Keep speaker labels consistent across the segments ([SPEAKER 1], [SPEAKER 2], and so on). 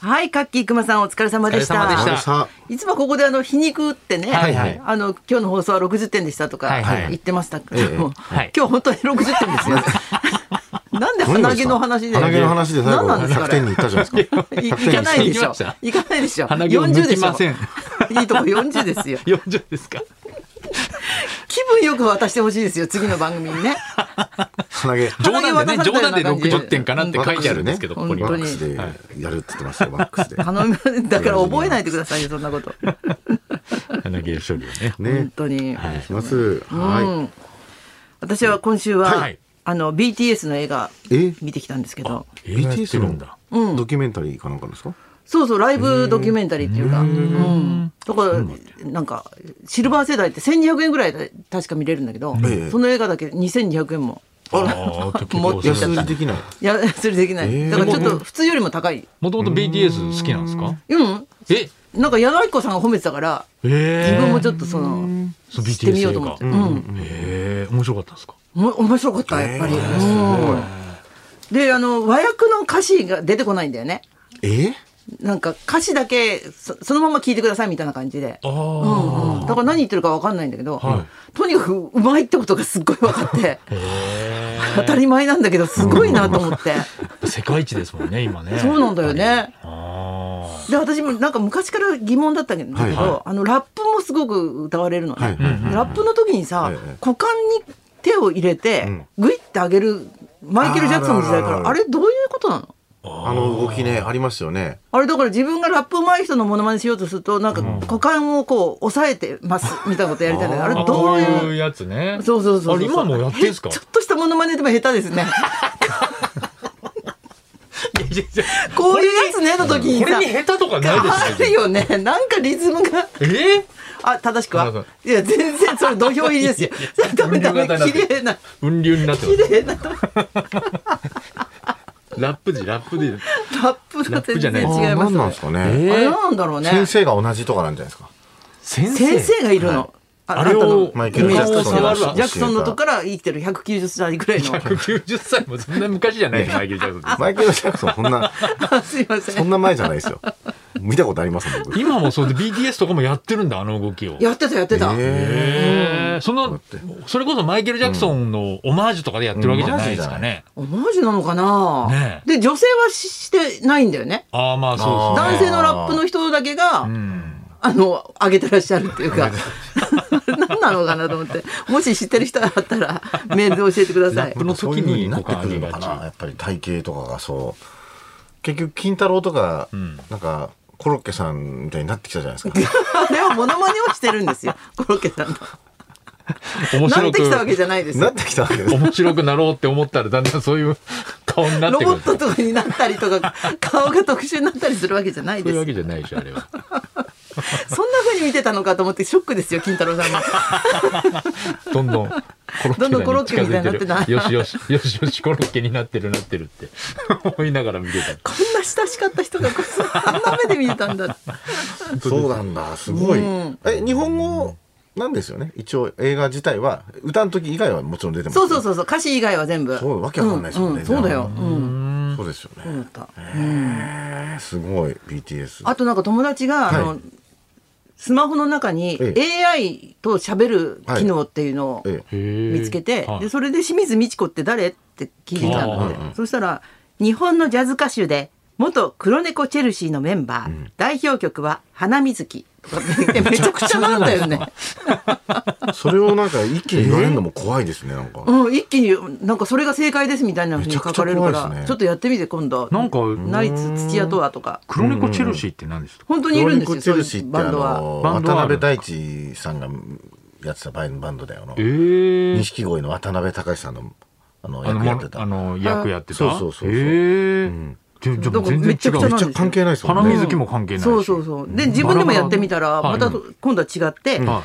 [SPEAKER 1] はい、カッキーくまさんお疲れ様でした。
[SPEAKER 2] お疲れ様でした
[SPEAKER 3] さ
[SPEAKER 1] いつもここであの皮肉ってね、
[SPEAKER 2] はいはい
[SPEAKER 1] あの今日の放送は60点でしたと
[SPEAKER 2] は
[SPEAKER 1] か
[SPEAKER 2] いはい
[SPEAKER 1] 言ってましたけども、
[SPEAKER 2] えええ
[SPEAKER 1] 今日本当に60点ですよ。 なんで鼻毛の話で。
[SPEAKER 3] 鼻毛の話で最後
[SPEAKER 1] 何なんですか
[SPEAKER 3] 100点に行ったじゃないですか。
[SPEAKER 1] いいかないでしょ
[SPEAKER 2] 行きました。
[SPEAKER 1] いかないでしょ。
[SPEAKER 2] 鼻毛を抜きませ
[SPEAKER 1] 40
[SPEAKER 2] ん
[SPEAKER 1] でしょいいとこ40ですよ。
[SPEAKER 2] 40ですか。
[SPEAKER 1] 気分よく渡してほしいですよ、次の番組にね。
[SPEAKER 3] 鼻毛。
[SPEAKER 2] 冗談でね、
[SPEAKER 1] 鼻毛
[SPEAKER 2] 冗談で
[SPEAKER 1] 渡されたような感じ
[SPEAKER 2] 60点かなって書いてあるんですけど、
[SPEAKER 1] ワ
[SPEAKER 2] こ
[SPEAKER 1] ッ
[SPEAKER 2] こ
[SPEAKER 1] クス
[SPEAKER 2] に
[SPEAKER 1] ね
[SPEAKER 3] ワ
[SPEAKER 2] は
[SPEAKER 3] ッ。クスでやるって言ってましたよ、ワックスで。
[SPEAKER 1] 頼む、だから覚えないでくださいよ、そんなこと。
[SPEAKER 2] 鼻毛処理をね。
[SPEAKER 1] 本
[SPEAKER 3] ね。
[SPEAKER 1] 当に。
[SPEAKER 3] はいします。
[SPEAKER 1] う
[SPEAKER 3] は
[SPEAKER 1] ん私は今週は、
[SPEAKER 2] はい
[SPEAKER 1] あの BTS の映画
[SPEAKER 3] え
[SPEAKER 1] 見てきたんですけど
[SPEAKER 3] い。
[SPEAKER 2] 映画やって
[SPEAKER 3] BTS
[SPEAKER 2] る
[SPEAKER 3] の
[SPEAKER 2] んだ
[SPEAKER 3] ドキュメンタリーかなんかですか
[SPEAKER 1] そうそうライブドキュメンタリーっていうかうんだからなんかシルバー世代って1200円ぐらいで確か見れるんだけど、
[SPEAKER 3] ええ
[SPEAKER 1] その映画だけ2200円も
[SPEAKER 2] あー
[SPEAKER 1] 持ってき
[SPEAKER 3] 安
[SPEAKER 1] ちゃっ
[SPEAKER 3] 売
[SPEAKER 1] た
[SPEAKER 3] りできない。
[SPEAKER 1] いや それできない、
[SPEAKER 3] ええ
[SPEAKER 1] だからちょっと普通よりも高い
[SPEAKER 2] もともと BTS 好きなんですか
[SPEAKER 1] うん
[SPEAKER 2] え
[SPEAKER 1] なんか矢野子さんが褒めてたから自分もちょっとその、
[SPEAKER 2] と
[SPEAKER 1] 知ってみようと思って、うん
[SPEAKER 2] ええ、面白かったですか
[SPEAKER 1] も面白かったやっぱり、うんであの和訳の歌詞が出てこないんだよね
[SPEAKER 3] え
[SPEAKER 1] なんか歌詞だけそそのまま聞いてくださいみたいな感じで。うんうん、だから何言ってるかわかんないんだけど、
[SPEAKER 2] は
[SPEAKER 1] とにかくうまいってことがすっごい分か って当たり前なんだけどすごいなと思って、
[SPEAKER 2] 世界一ですもんね、今ね。
[SPEAKER 1] そうなんだよね。
[SPEAKER 2] あ
[SPEAKER 1] で私もなんか昔から疑問だったんだけど、
[SPEAKER 3] はいは
[SPEAKER 1] あのラップもすごく歌われるのね、
[SPEAKER 3] はいはい
[SPEAKER 1] ラップの時にさ、
[SPEAKER 3] はいはい
[SPEAKER 1] 股間に手を入れて
[SPEAKER 3] ん
[SPEAKER 1] グイッて上げるマイケル・ジャクソンの時代か
[SPEAKER 3] あーあ
[SPEAKER 1] ら
[SPEAKER 3] るある
[SPEAKER 1] あれどういうことなの
[SPEAKER 3] あの動きね、ありますよね。
[SPEAKER 1] あれだから自分がラップ上手い人のモノマネしようとするとなんか股間をこう押さえて ますみたいなことやりたいんだけどあれ
[SPEAKER 2] あ。
[SPEAKER 1] ど
[SPEAKER 2] こ
[SPEAKER 1] う
[SPEAKER 2] う
[SPEAKER 1] いう
[SPEAKER 2] いうやつね。
[SPEAKER 1] そうそうそうそう
[SPEAKER 2] あれ今もやってんすか
[SPEAKER 1] へちょっとしたモノマネでも下手ですね こういうやつねの時に
[SPEAKER 2] これ
[SPEAKER 1] さ
[SPEAKER 2] に下手とかない
[SPEAKER 1] あ
[SPEAKER 2] です
[SPEAKER 1] るよね なんかリズムが
[SPEAKER 2] え
[SPEAKER 1] あ正しく
[SPEAKER 2] なん
[SPEAKER 1] は
[SPEAKER 2] か
[SPEAKER 1] いや全然それ土俵入りですよダメダメ
[SPEAKER 2] 分離型になって
[SPEAKER 1] 綺麗な
[SPEAKER 2] 雲流になってま
[SPEAKER 1] 綺
[SPEAKER 2] す。
[SPEAKER 1] 麗なラ
[SPEAKER 2] ラップで、ラップで。
[SPEAKER 1] ップが
[SPEAKER 2] ラップ
[SPEAKER 1] 全
[SPEAKER 2] じゃな
[SPEAKER 1] 然
[SPEAKER 2] い
[SPEAKER 1] 違
[SPEAKER 3] あ
[SPEAKER 1] い
[SPEAKER 3] ー
[SPEAKER 1] ま
[SPEAKER 3] 何
[SPEAKER 1] す
[SPEAKER 3] なん
[SPEAKER 1] ね
[SPEAKER 3] ですか
[SPEAKER 1] あ
[SPEAKER 2] えー
[SPEAKER 3] ね。
[SPEAKER 1] れなんだろうね
[SPEAKER 3] 先生が同じとかなんじゃないですか。
[SPEAKER 2] 先
[SPEAKER 1] 先生がいるの
[SPEAKER 2] あれ
[SPEAKER 1] あな
[SPEAKER 2] を
[SPEAKER 1] たの
[SPEAKER 3] マイケル・ジャクソ
[SPEAKER 2] 顔
[SPEAKER 3] ン
[SPEAKER 2] を触
[SPEAKER 3] が
[SPEAKER 2] るわ
[SPEAKER 1] ジャクソンのとこから生きてる190歳ぐらいの
[SPEAKER 2] 190歳もそんな昔じゃないよ、マイケル・ジャクソンって
[SPEAKER 3] マイケル・ジャクソン、こんな、
[SPEAKER 1] すいませ
[SPEAKER 3] そん
[SPEAKER 1] ん。
[SPEAKER 3] な前じゃないですよ。見たことあります僕。
[SPEAKER 2] 今もそうで BTS とかもやってるんだ、あの動きを。
[SPEAKER 1] やってたやってた。
[SPEAKER 2] へ
[SPEAKER 3] え
[SPEAKER 2] ーその、それこそマイケル・ジャクソンのオマージュとかでやってるわけじゃないですかね。
[SPEAKER 1] オマージュなのかな、
[SPEAKER 2] ねえ
[SPEAKER 1] で、女性はししてないんだよね。
[SPEAKER 2] ああ、まあそうです
[SPEAKER 1] 男
[SPEAKER 2] ね。
[SPEAKER 1] 性のラップの人だけが、あの、上げてらっしゃるっていうか、 何なのかなと思って、もし知ってる人だったら、メールで教えてくださ
[SPEAKER 2] ラ
[SPEAKER 1] い
[SPEAKER 2] ッ。プの
[SPEAKER 3] そう
[SPEAKER 2] 時
[SPEAKER 3] いう風
[SPEAKER 2] に
[SPEAKER 3] になってくるのかなやっぱり体型とかがそう結局金太郎とか、なんかコロッケさんみたいになってきたじゃないですか
[SPEAKER 1] あれはモノマネをしてるんですよ、コロッケさんの。
[SPEAKER 2] 面
[SPEAKER 1] な
[SPEAKER 2] 白
[SPEAKER 1] んてきたわけ
[SPEAKER 2] く、
[SPEAKER 1] じゃないです
[SPEAKER 3] な
[SPEAKER 1] よ
[SPEAKER 3] っ。てきたわけです
[SPEAKER 2] 面白くなろうって思ったらだんだんそういう顔になっ
[SPEAKER 1] ロ
[SPEAKER 2] てく
[SPEAKER 1] ボ
[SPEAKER 2] る
[SPEAKER 1] ッ。トとかになったりと か、顔が特殊になったりするわけじゃない
[SPEAKER 2] そ
[SPEAKER 1] で
[SPEAKER 2] うい
[SPEAKER 1] す
[SPEAKER 2] う
[SPEAKER 1] よ
[SPEAKER 2] わけじゃないでしょ、あれは。
[SPEAKER 1] そんな風に見てたのかと思ってショックですよ、金太郎さんも。
[SPEAKER 2] どんどん。
[SPEAKER 1] どんどんコロッケみたいになって
[SPEAKER 2] る
[SPEAKER 1] ない
[SPEAKER 2] よしよし、よしよし、コロッケになってるなってるって思いながら見てた。
[SPEAKER 1] こんな親しかった人がこそあんな目で見えたんだ。
[SPEAKER 3] そうなんだすごい、え日本語なんですよね一応映画自体は歌の時以外はもちろん出てます
[SPEAKER 1] そうそう
[SPEAKER 3] う
[SPEAKER 1] そうそう歌詞以外は全部。
[SPEAKER 3] そうわけわかんないですもんね
[SPEAKER 1] ううそうだよ。うん。
[SPEAKER 3] そうですよ
[SPEAKER 1] そうだ
[SPEAKER 3] ね
[SPEAKER 1] った
[SPEAKER 3] えーすごい BTS
[SPEAKER 1] あとなんか友達があ
[SPEAKER 3] は
[SPEAKER 1] の
[SPEAKER 3] い
[SPEAKER 1] スマホの中に
[SPEAKER 3] え
[SPEAKER 1] AI と喋る機能っていうのを
[SPEAKER 3] ええ
[SPEAKER 1] 見
[SPEAKER 2] 見
[SPEAKER 1] つけて、でそれで清水美智子って誰って聞いたので、
[SPEAKER 2] あ
[SPEAKER 1] そしたら日本のジャズ歌手で元黒猫チェルシーのメンバー、代表曲は花水木とか ってめちゃくちゃなんだよね。
[SPEAKER 3] それをなんか一気に言われるのも怖いですねなんか、
[SPEAKER 1] うん、一気になんかそれが正解ですみたいなふうに書かれるか
[SPEAKER 3] めちゃくちゃ
[SPEAKER 1] ら
[SPEAKER 3] 怖いですね
[SPEAKER 1] ちょっとやってみて今度
[SPEAKER 2] なんか
[SPEAKER 1] ナイツ土屋とはとか
[SPEAKER 2] 黒猫チェルシーって何ですか
[SPEAKER 1] 本当にいるんですよ
[SPEAKER 3] チェルシ
[SPEAKER 1] そう
[SPEAKER 3] ー
[SPEAKER 1] い
[SPEAKER 3] っ
[SPEAKER 1] うバ
[SPEAKER 3] てあ
[SPEAKER 1] ンドは
[SPEAKER 3] の
[SPEAKER 2] バンドは
[SPEAKER 3] 渡辺大地さんがやってたバンドだよな
[SPEAKER 2] えー
[SPEAKER 3] 錦鯉の渡辺隆さんのあの
[SPEAKER 2] あの
[SPEAKER 3] 役やってた
[SPEAKER 2] あの役やってた。
[SPEAKER 3] そうそうそうそう
[SPEAKER 2] ええじゃじゃ
[SPEAKER 1] だから
[SPEAKER 2] 全然違
[SPEAKER 1] めちゃくちゃな。
[SPEAKER 2] う
[SPEAKER 3] めっちゃ関係ないですもん
[SPEAKER 2] 花
[SPEAKER 3] ね
[SPEAKER 2] 水木も関係ないし。
[SPEAKER 1] そうそうそうで自分でもやってみたら
[SPEAKER 2] バ
[SPEAKER 1] ま
[SPEAKER 2] ラバラ
[SPEAKER 1] た
[SPEAKER 2] はい
[SPEAKER 1] 今度は違って
[SPEAKER 2] は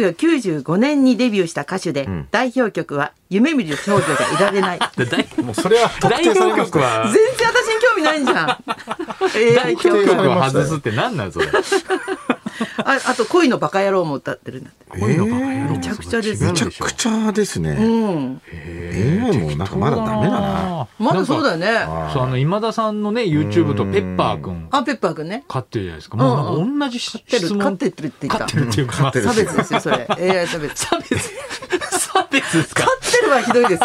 [SPEAKER 1] 1995年にデビューした歌手で
[SPEAKER 3] ん
[SPEAKER 1] 代表曲は「夢見る少女がいられない」
[SPEAKER 2] で代
[SPEAKER 3] もう それは特
[SPEAKER 2] 代
[SPEAKER 3] 定され
[SPEAKER 2] 表
[SPEAKER 3] ます
[SPEAKER 2] 曲
[SPEAKER 1] 全
[SPEAKER 3] ね
[SPEAKER 2] は
[SPEAKER 1] 然私に興味ないんじゃん AI
[SPEAKER 2] 代表
[SPEAKER 1] 曲
[SPEAKER 2] 曲を外すって何なんそれ。
[SPEAKER 1] ああと恋のバカ野郎も歌ってるんだって。
[SPEAKER 2] 恋のバカ野郎
[SPEAKER 1] めちゃくちゃです
[SPEAKER 3] め
[SPEAKER 1] よ
[SPEAKER 3] ちゃくちゃです
[SPEAKER 1] う
[SPEAKER 3] ね。
[SPEAKER 1] ん。
[SPEAKER 3] ええもうなんかまだダメだな。
[SPEAKER 1] まだそうだよ
[SPEAKER 2] よ。
[SPEAKER 1] ね。
[SPEAKER 2] そう、あの、今田さんのね、YouTube とペッパーくん、
[SPEAKER 1] あ、ペッパーくんね。
[SPEAKER 2] 飼ってるじゃないですか。もうなんか同じ
[SPEAKER 1] 飼って
[SPEAKER 2] 質
[SPEAKER 1] る、
[SPEAKER 2] 問。
[SPEAKER 1] 飼ってるって言っ
[SPEAKER 2] 飼
[SPEAKER 1] た
[SPEAKER 2] って。るっていうか、まあ
[SPEAKER 1] 差別ですよ、それ。AI 差別。
[SPEAKER 2] 差別、差別です
[SPEAKER 1] 飼
[SPEAKER 2] か
[SPEAKER 1] ってるはひどいです。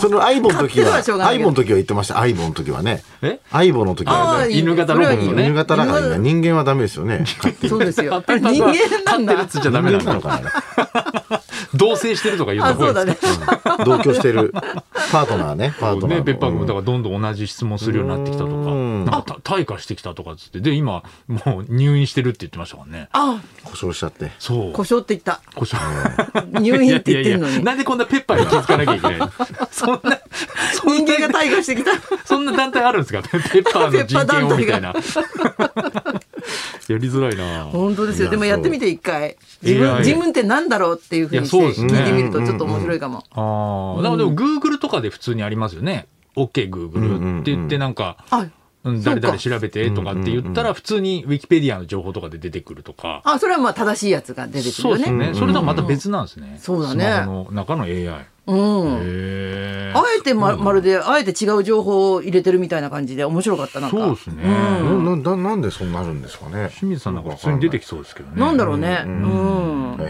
[SPEAKER 3] そのアイボの時
[SPEAKER 1] 勝
[SPEAKER 3] は
[SPEAKER 1] 手にはしょうが、な
[SPEAKER 3] ア
[SPEAKER 1] い
[SPEAKER 3] イ
[SPEAKER 1] けど
[SPEAKER 3] ボの時は言ってました。アイボの時はね。
[SPEAKER 2] え
[SPEAKER 3] アイボの時は
[SPEAKER 1] あー
[SPEAKER 3] ね。
[SPEAKER 1] いい
[SPEAKER 2] 犬型ロボット
[SPEAKER 1] そ
[SPEAKER 3] 夕
[SPEAKER 2] ね。
[SPEAKER 3] 方だから
[SPEAKER 1] 犬型
[SPEAKER 3] 今人間はダメですよね。
[SPEAKER 1] そうです よ。あ
[SPEAKER 2] ペ
[SPEAKER 1] れ
[SPEAKER 2] ッパ
[SPEAKER 1] 人
[SPEAKER 2] ーが
[SPEAKER 1] 間なん
[SPEAKER 2] 飼ってる
[SPEAKER 1] だ
[SPEAKER 2] っ。つっちゃダメ
[SPEAKER 3] 人
[SPEAKER 2] な
[SPEAKER 3] 間なの
[SPEAKER 2] の。
[SPEAKER 3] かな。
[SPEAKER 2] 同棲してるとか言う
[SPEAKER 1] あ、
[SPEAKER 2] とこ
[SPEAKER 1] そうだ
[SPEAKER 2] です
[SPEAKER 1] ね。
[SPEAKER 3] 同居してるパートナーね。パート
[SPEAKER 2] ね、
[SPEAKER 3] ナーの。
[SPEAKER 2] ペッパー君だ
[SPEAKER 3] う
[SPEAKER 2] からどんどん同じ質問するようになってきたとか、
[SPEAKER 3] うん
[SPEAKER 2] なんかた退化してきたとかっつって、で、今、もう入院してるって言ってましたからね。
[SPEAKER 1] あ、
[SPEAKER 3] ん故障しちゃって。
[SPEAKER 2] そう。
[SPEAKER 1] 故障って言った。
[SPEAKER 2] 故障。
[SPEAKER 1] 入院って言ってんの
[SPEAKER 2] いやいやいや
[SPEAKER 1] に。
[SPEAKER 2] なんでこんなペッパーに気づかなきゃいけないのそんな、そん
[SPEAKER 1] 人
[SPEAKER 2] な
[SPEAKER 1] 間が退化してき た。
[SPEAKER 2] そんな団体あるんですかペッパーの人権をみたいな。やりづらいな
[SPEAKER 1] 本当ですよ。でもやってみて一回。
[SPEAKER 2] そう
[SPEAKER 1] 自
[SPEAKER 2] いやいや
[SPEAKER 1] 分、自分ってなんだろうっていうふうにして
[SPEAKER 2] いやそうです
[SPEAKER 1] 聞
[SPEAKER 2] ね
[SPEAKER 1] いてみるとちょっと面白いかも。
[SPEAKER 2] ああ。でも、でも、Google とかで普通にありますよね。OK、Google って言ってなんか、
[SPEAKER 1] あ、
[SPEAKER 2] うん
[SPEAKER 1] そう
[SPEAKER 2] 誰
[SPEAKER 1] か
[SPEAKER 2] 々調べてとかって言ったら、普通に Wikipedia の情報とかで出てくるとか。
[SPEAKER 1] あ、それはまあ正しいやつが出てくる
[SPEAKER 2] そう
[SPEAKER 1] よ
[SPEAKER 2] です
[SPEAKER 1] ね。
[SPEAKER 2] ね。それとはまた別なんですね。
[SPEAKER 1] そうだね
[SPEAKER 2] スマホの中の AI。へ
[SPEAKER 1] うん。
[SPEAKER 2] え。
[SPEAKER 1] あえてままるで、あえて違う情報を入れてるみたいな感じで面白かった、なんか。
[SPEAKER 2] そうですね。
[SPEAKER 3] なななんでそうなるんですかね。
[SPEAKER 2] 清水さんなんか普通に出てきそうですけどね。
[SPEAKER 1] なんだろうね。うん。
[SPEAKER 3] OK、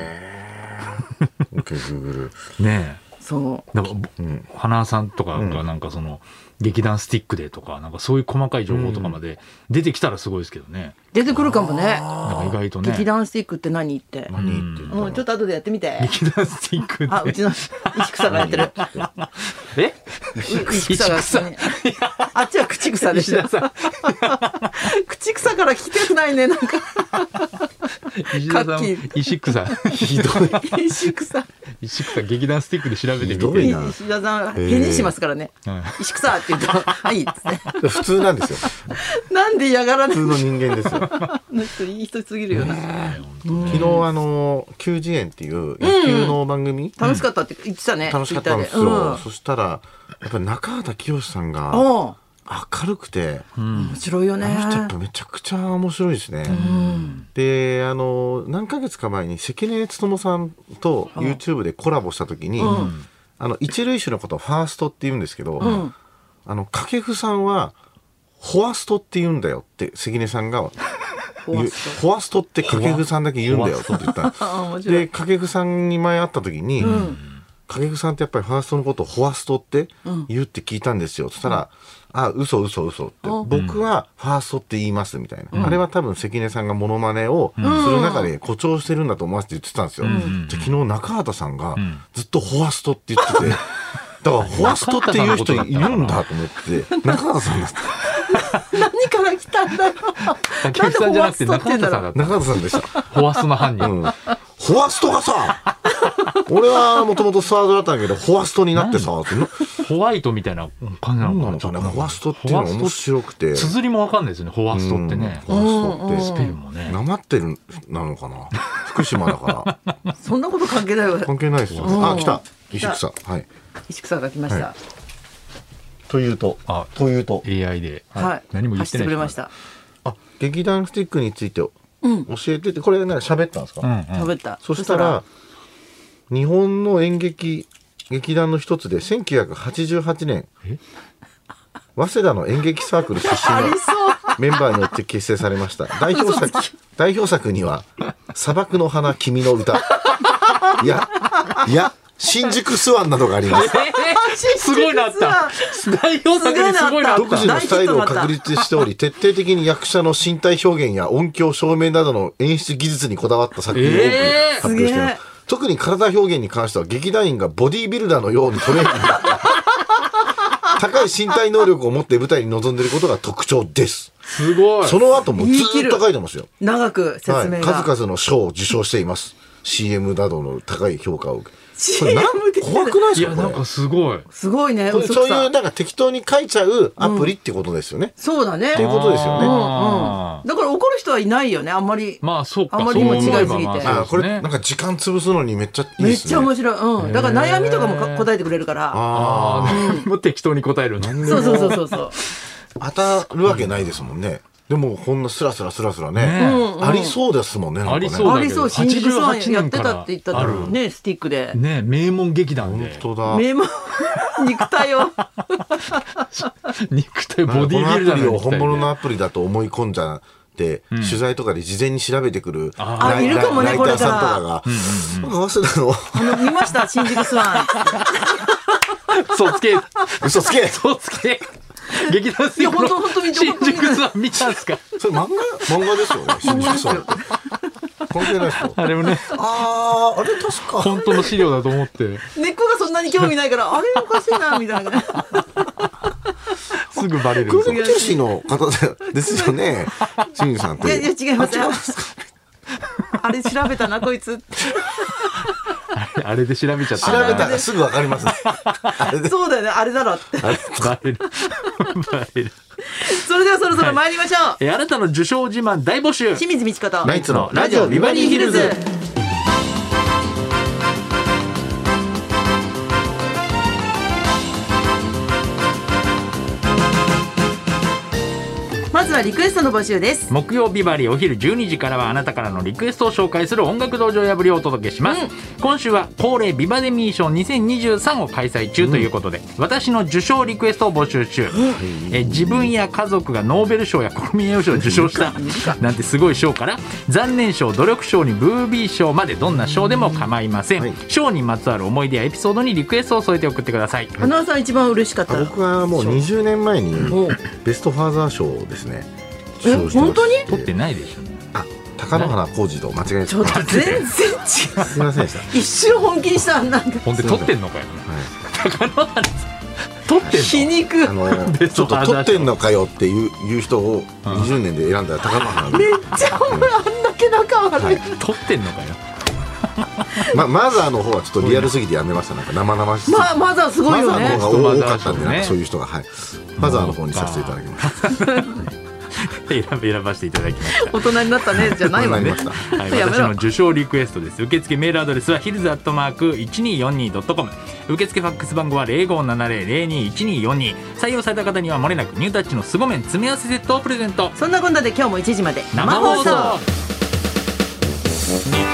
[SPEAKER 3] Google。
[SPEAKER 2] ねえ。
[SPEAKER 1] そう。
[SPEAKER 2] だからぼ花輪さんとかがなんかその、劇団スティックでとか、なんかそういう細かい情報とかまで出てきたらすごいですけどね。
[SPEAKER 1] 出てくるかもね。
[SPEAKER 2] なんか意外とね。
[SPEAKER 1] 劇団スティックって何って。
[SPEAKER 3] 何言ってん
[SPEAKER 1] もうちょっと後でやってみて。
[SPEAKER 2] 劇団スティック
[SPEAKER 1] あ、う
[SPEAKER 2] で。
[SPEAKER 1] ちの市草がやってる。
[SPEAKER 2] え
[SPEAKER 1] う市草が。あっちは口草でし
[SPEAKER 2] 石
[SPEAKER 1] ょ
[SPEAKER 2] 田。さ
[SPEAKER 1] 口草から聞きたくないね、なんか。
[SPEAKER 2] ん、石田さん
[SPEAKER 1] カッ、
[SPEAKER 2] 石草、
[SPEAKER 3] ひどい。
[SPEAKER 1] 石草。
[SPEAKER 2] 石草劇団スティックで調べて
[SPEAKER 3] ひど
[SPEAKER 2] み
[SPEAKER 3] い
[SPEAKER 2] て。
[SPEAKER 3] な
[SPEAKER 1] 石田さんは返事しますからね。
[SPEAKER 2] うん
[SPEAKER 1] 石草って言うと、はい、っつって
[SPEAKER 3] 普通なんですよ。
[SPEAKER 1] なんで嫌がらない
[SPEAKER 3] 普通の人間です よ。
[SPEAKER 1] あの人いい人すぎるよな。
[SPEAKER 3] 昨日あの球次元っていう野球の番組、
[SPEAKER 1] 楽しかったって言ってたね。
[SPEAKER 3] 楽しかったんですよ、
[SPEAKER 1] Twitter うん
[SPEAKER 3] そしたらやっぱり中畑清さんが
[SPEAKER 1] おう
[SPEAKER 3] 明るくて、
[SPEAKER 1] 面白いよね。
[SPEAKER 3] あの人やっぱめちゃくちゃ面白いですね、であの何ヶ月か前に関根勤さんと YouTube でコラボした時に、あの一塁手のことをファーストって言うんですけど、
[SPEAKER 1] ん
[SPEAKER 3] あの掛布さんはホワストって言うんだよって関根さんが
[SPEAKER 1] ホワス
[SPEAKER 3] ホワストって掛布さんだけ言うんだよって言ったんです
[SPEAKER 1] ト。ああ、面白い。
[SPEAKER 3] で掛布さんに前会った時に、掛布さんってやっぱりファーストのことをフォワストって言うって聞いたんですよ、そしたら「あ嘘嘘嘘って、僕はファーストって言います」みたいな、あれは多分関根さんがモノマネをする中で誇張してるんだと思わせて言ってたんですよ、で昨日中畑さんがずっと「フォワスト」って言って て。だから、フォワストっていう人いるんだと思って、中畑さんだった。
[SPEAKER 1] 何から来たんだろう。
[SPEAKER 2] 竹内さんじゃなくて中畑さんだ
[SPEAKER 1] ろ
[SPEAKER 2] っ
[SPEAKER 3] 中畑さんでした。
[SPEAKER 2] た。ホワスの犯
[SPEAKER 3] う
[SPEAKER 2] 人。
[SPEAKER 3] んホワストがさ、俺はもともとサードだったんだけど、ホワストになってさ、ってな
[SPEAKER 2] ホワイトみたいな感じな
[SPEAKER 3] なん
[SPEAKER 2] のかな
[SPEAKER 3] なの
[SPEAKER 2] ちょ
[SPEAKER 3] か
[SPEAKER 2] っ
[SPEAKER 3] ね、
[SPEAKER 2] と。
[SPEAKER 3] ホワストっていうのが面白くて。
[SPEAKER 2] 綴りもわかんないですよね、ホワストってね。
[SPEAKER 3] うんホワス
[SPEAKER 2] ス
[SPEAKER 3] トっ
[SPEAKER 2] ペルもね
[SPEAKER 3] て。。なまってる、なのかな福島だから。
[SPEAKER 1] う。そんなこと関係ないわ。
[SPEAKER 3] 関係ないですよね。
[SPEAKER 1] ん
[SPEAKER 3] あ、来た。石草。はい。
[SPEAKER 1] 石草が来ました。
[SPEAKER 3] というと、
[SPEAKER 2] あ
[SPEAKER 3] というと。
[SPEAKER 2] AI で。
[SPEAKER 1] はい。
[SPEAKER 2] 何も言って
[SPEAKER 1] 走
[SPEAKER 2] ない
[SPEAKER 1] くれました。
[SPEAKER 3] あ、劇団スティックについて教えてって、これなんか喋ったんです
[SPEAKER 2] うんう
[SPEAKER 3] か
[SPEAKER 2] ん。
[SPEAKER 1] 食べた。
[SPEAKER 3] そしたら、日本の演劇、劇団の一つで、1988年
[SPEAKER 2] え、
[SPEAKER 3] 早稲田の演劇サークル出
[SPEAKER 1] そしたら。
[SPEAKER 3] 身
[SPEAKER 1] あ
[SPEAKER 3] の
[SPEAKER 1] りそう。
[SPEAKER 3] メンバーによって結成されました。代表作、代表作には、砂漠の花君の歌。いや、いや、新宿スワンなどがあります。
[SPEAKER 2] すごいなあった。代表作にすごいなあっ
[SPEAKER 1] す
[SPEAKER 2] た
[SPEAKER 1] ごいなあっ
[SPEAKER 3] 独自のスタイルを確立しており、徹底的に役者の身体表現や音響照明などの演出技術にこだわった作品を多く
[SPEAKER 2] えー
[SPEAKER 3] 発表しています。
[SPEAKER 1] すげえ
[SPEAKER 3] 特に体表現に関しては劇団員がボディービルダーのようにトレーニング。高い身体能力を持って舞台に臨んでいることが特徴です。
[SPEAKER 2] すごい。
[SPEAKER 3] その後もずーっと書いてますよ。
[SPEAKER 1] 長く説
[SPEAKER 3] はい、
[SPEAKER 1] 明が。
[SPEAKER 3] 数々の賞を受賞しています。CM などの高い評価を受け。こ
[SPEAKER 1] CM
[SPEAKER 3] れな
[SPEAKER 1] で
[SPEAKER 3] 怖くない
[SPEAKER 2] い
[SPEAKER 3] です
[SPEAKER 2] や、
[SPEAKER 3] か
[SPEAKER 2] な
[SPEAKER 3] こ
[SPEAKER 2] ん
[SPEAKER 3] れ
[SPEAKER 2] かすごい。
[SPEAKER 1] すごいね。
[SPEAKER 3] これ
[SPEAKER 1] 嘘
[SPEAKER 3] そう
[SPEAKER 1] く
[SPEAKER 3] いう
[SPEAKER 1] さ。
[SPEAKER 3] なんか適当に書いちゃうアプリってことですよね。
[SPEAKER 1] そうだね。
[SPEAKER 3] っていうことですよね
[SPEAKER 2] あー
[SPEAKER 1] だから怒る人はいないよね。あんまり。
[SPEAKER 2] まあ、そうか。
[SPEAKER 1] あまりにも違いすぎて
[SPEAKER 2] そう思えばまあ
[SPEAKER 3] ああこ
[SPEAKER 2] そう
[SPEAKER 3] れ
[SPEAKER 2] です
[SPEAKER 3] な
[SPEAKER 2] ね
[SPEAKER 3] んか時間潰すのにめっちゃいい
[SPEAKER 1] め
[SPEAKER 3] で
[SPEAKER 1] っ
[SPEAKER 3] す
[SPEAKER 1] ち
[SPEAKER 3] ね。
[SPEAKER 1] ゃ面白い。うん。だから悩みとかもか答えてくれるから。
[SPEAKER 3] あ
[SPEAKER 2] もう適当に答えるの。
[SPEAKER 1] そうそうそうそうそう。
[SPEAKER 3] あ当たるわけないですもんね。でもこんなスラスラスラスラ
[SPEAKER 2] ね
[SPEAKER 3] ね
[SPEAKER 1] うんうん
[SPEAKER 3] ありそうですもんねなん
[SPEAKER 2] あ
[SPEAKER 3] かね
[SPEAKER 2] りそうだ
[SPEAKER 1] あ
[SPEAKER 2] け
[SPEAKER 1] り
[SPEAKER 2] ど
[SPEAKER 1] そう新宿さんやってたって言った
[SPEAKER 2] あ
[SPEAKER 1] ら
[SPEAKER 2] る
[SPEAKER 1] ねスティックで、
[SPEAKER 2] ね名門劇団
[SPEAKER 3] 本
[SPEAKER 2] で
[SPEAKER 3] 当だ
[SPEAKER 1] 名門 肉体を
[SPEAKER 2] 肉体
[SPEAKER 3] なんか
[SPEAKER 2] ボディービルダーの肉体
[SPEAKER 3] このアプリを本
[SPEAKER 2] で
[SPEAKER 3] 物のアプリだと思い込んじゃって、
[SPEAKER 2] ん
[SPEAKER 3] 取材とかで事前に調べてくる
[SPEAKER 2] あ
[SPEAKER 3] ライ
[SPEAKER 1] いるかもね
[SPEAKER 3] ライターさんとかが「なんか早稲田の
[SPEAKER 1] あの見ました新宿スワン
[SPEAKER 2] 嘘つけ
[SPEAKER 3] 嘘つけ!
[SPEAKER 2] 嘘つけ劇団スティック
[SPEAKER 1] いや本当本当見
[SPEAKER 2] の
[SPEAKER 1] て
[SPEAKER 2] 新
[SPEAKER 1] 本当見て
[SPEAKER 2] 宿さん見たんですか」
[SPEAKER 3] それ漫画漫画ですよ ね新宿さん関係ないですよ
[SPEAKER 2] あれもね
[SPEAKER 3] あーあれ確か
[SPEAKER 2] 本当の資料だと思って
[SPEAKER 1] 根っこがそんなに興味ないからあれおかしいなみたいな
[SPEAKER 2] すぐバレるん
[SPEAKER 3] ク
[SPEAKER 2] で
[SPEAKER 3] ー
[SPEAKER 2] すよ
[SPEAKER 3] ルチェルシーの方でですよね新宿さんっ
[SPEAKER 1] いやいや
[SPEAKER 3] て
[SPEAKER 1] 違いますよあれ調べたなこいつ
[SPEAKER 2] あれで調べちゃった
[SPEAKER 3] 調べたらすぐわかりますねあれで
[SPEAKER 1] そうだよねあれだろ って
[SPEAKER 2] バレるバレる
[SPEAKER 1] それではそろそろ参りましょう、
[SPEAKER 2] えあなたの受賞自慢大募集
[SPEAKER 1] 清水美智子と
[SPEAKER 3] ナイツのラジオビバリーヒルズ
[SPEAKER 1] まずはリクエストの募集です
[SPEAKER 2] 木曜日バリお昼12時からはあなたからのリクエストを紹介する音楽道場破りをお届けします、
[SPEAKER 1] うん
[SPEAKER 2] 今週は恒例ビバデミー賞2023を開催中ということで、私の受賞リクエストを募集中、え自分や家族がノーベル賞やコルミエ賞を受賞したなんてすごい賞から残念賞努力賞にブービー賞までどんな賞でも構いません、
[SPEAKER 3] はい
[SPEAKER 2] 賞にまつわる思い出やエピソードにリクエストを添えて送ってください、
[SPEAKER 1] 花輪さん一番嬉しかった
[SPEAKER 3] 僕はもう20年前に
[SPEAKER 1] お
[SPEAKER 3] ベストファーザー賞をですね
[SPEAKER 1] え
[SPEAKER 3] 受賞してま
[SPEAKER 1] 本当に
[SPEAKER 3] して
[SPEAKER 2] 取ってないでしょ
[SPEAKER 3] あ高野花浩二と間違えま
[SPEAKER 1] ちょっ
[SPEAKER 3] し
[SPEAKER 1] と全 然違う
[SPEAKER 3] たすみませんでした
[SPEAKER 1] 一瞬本気にしたなんか
[SPEAKER 2] ほんで取ってんのかよ
[SPEAKER 3] は
[SPEAKER 2] 高野花さん取ってんの
[SPEAKER 1] 皮肉
[SPEAKER 3] い、あ の
[SPEAKER 2] ベス
[SPEAKER 3] ちょ
[SPEAKER 2] ト
[SPEAKER 3] っ
[SPEAKER 2] ファ
[SPEAKER 3] と
[SPEAKER 2] ーザー賞
[SPEAKER 3] 撮ってんのかよっていういう人を20年で選んだら高野花
[SPEAKER 1] めっ
[SPEAKER 3] で、
[SPEAKER 1] ちゃお前あんだけ仲悪い、
[SPEAKER 3] はい
[SPEAKER 2] 取ってんのかよ
[SPEAKER 3] ま、マザーの方はちょっとリアルすぎてやめましたなんか生々しすぎて
[SPEAKER 1] まあまだすごい
[SPEAKER 3] マザ
[SPEAKER 1] よ
[SPEAKER 3] ーの
[SPEAKER 1] ね
[SPEAKER 3] 方が多かったんで、なん
[SPEAKER 2] ね
[SPEAKER 3] かそういう人が、はい、マザーの方にさせていただきました。
[SPEAKER 2] 選ば選ばせていただきました。
[SPEAKER 1] 大人になったねじゃないわ
[SPEAKER 3] わ
[SPEAKER 1] ね
[SPEAKER 3] かりました
[SPEAKER 2] はい、
[SPEAKER 1] やめ
[SPEAKER 2] 私
[SPEAKER 1] ろ
[SPEAKER 2] の受賞リクエストです。受付メールアドレスはヒルズアットマーク一二四二ドットコム。受付ファックス番号は零五七零零二一二四二。採用された方にはもれなくニュータッチの凄麺詰め合わせセットをプレゼント。
[SPEAKER 1] そんなこんなで今日も1時まで生放送
[SPEAKER 2] 日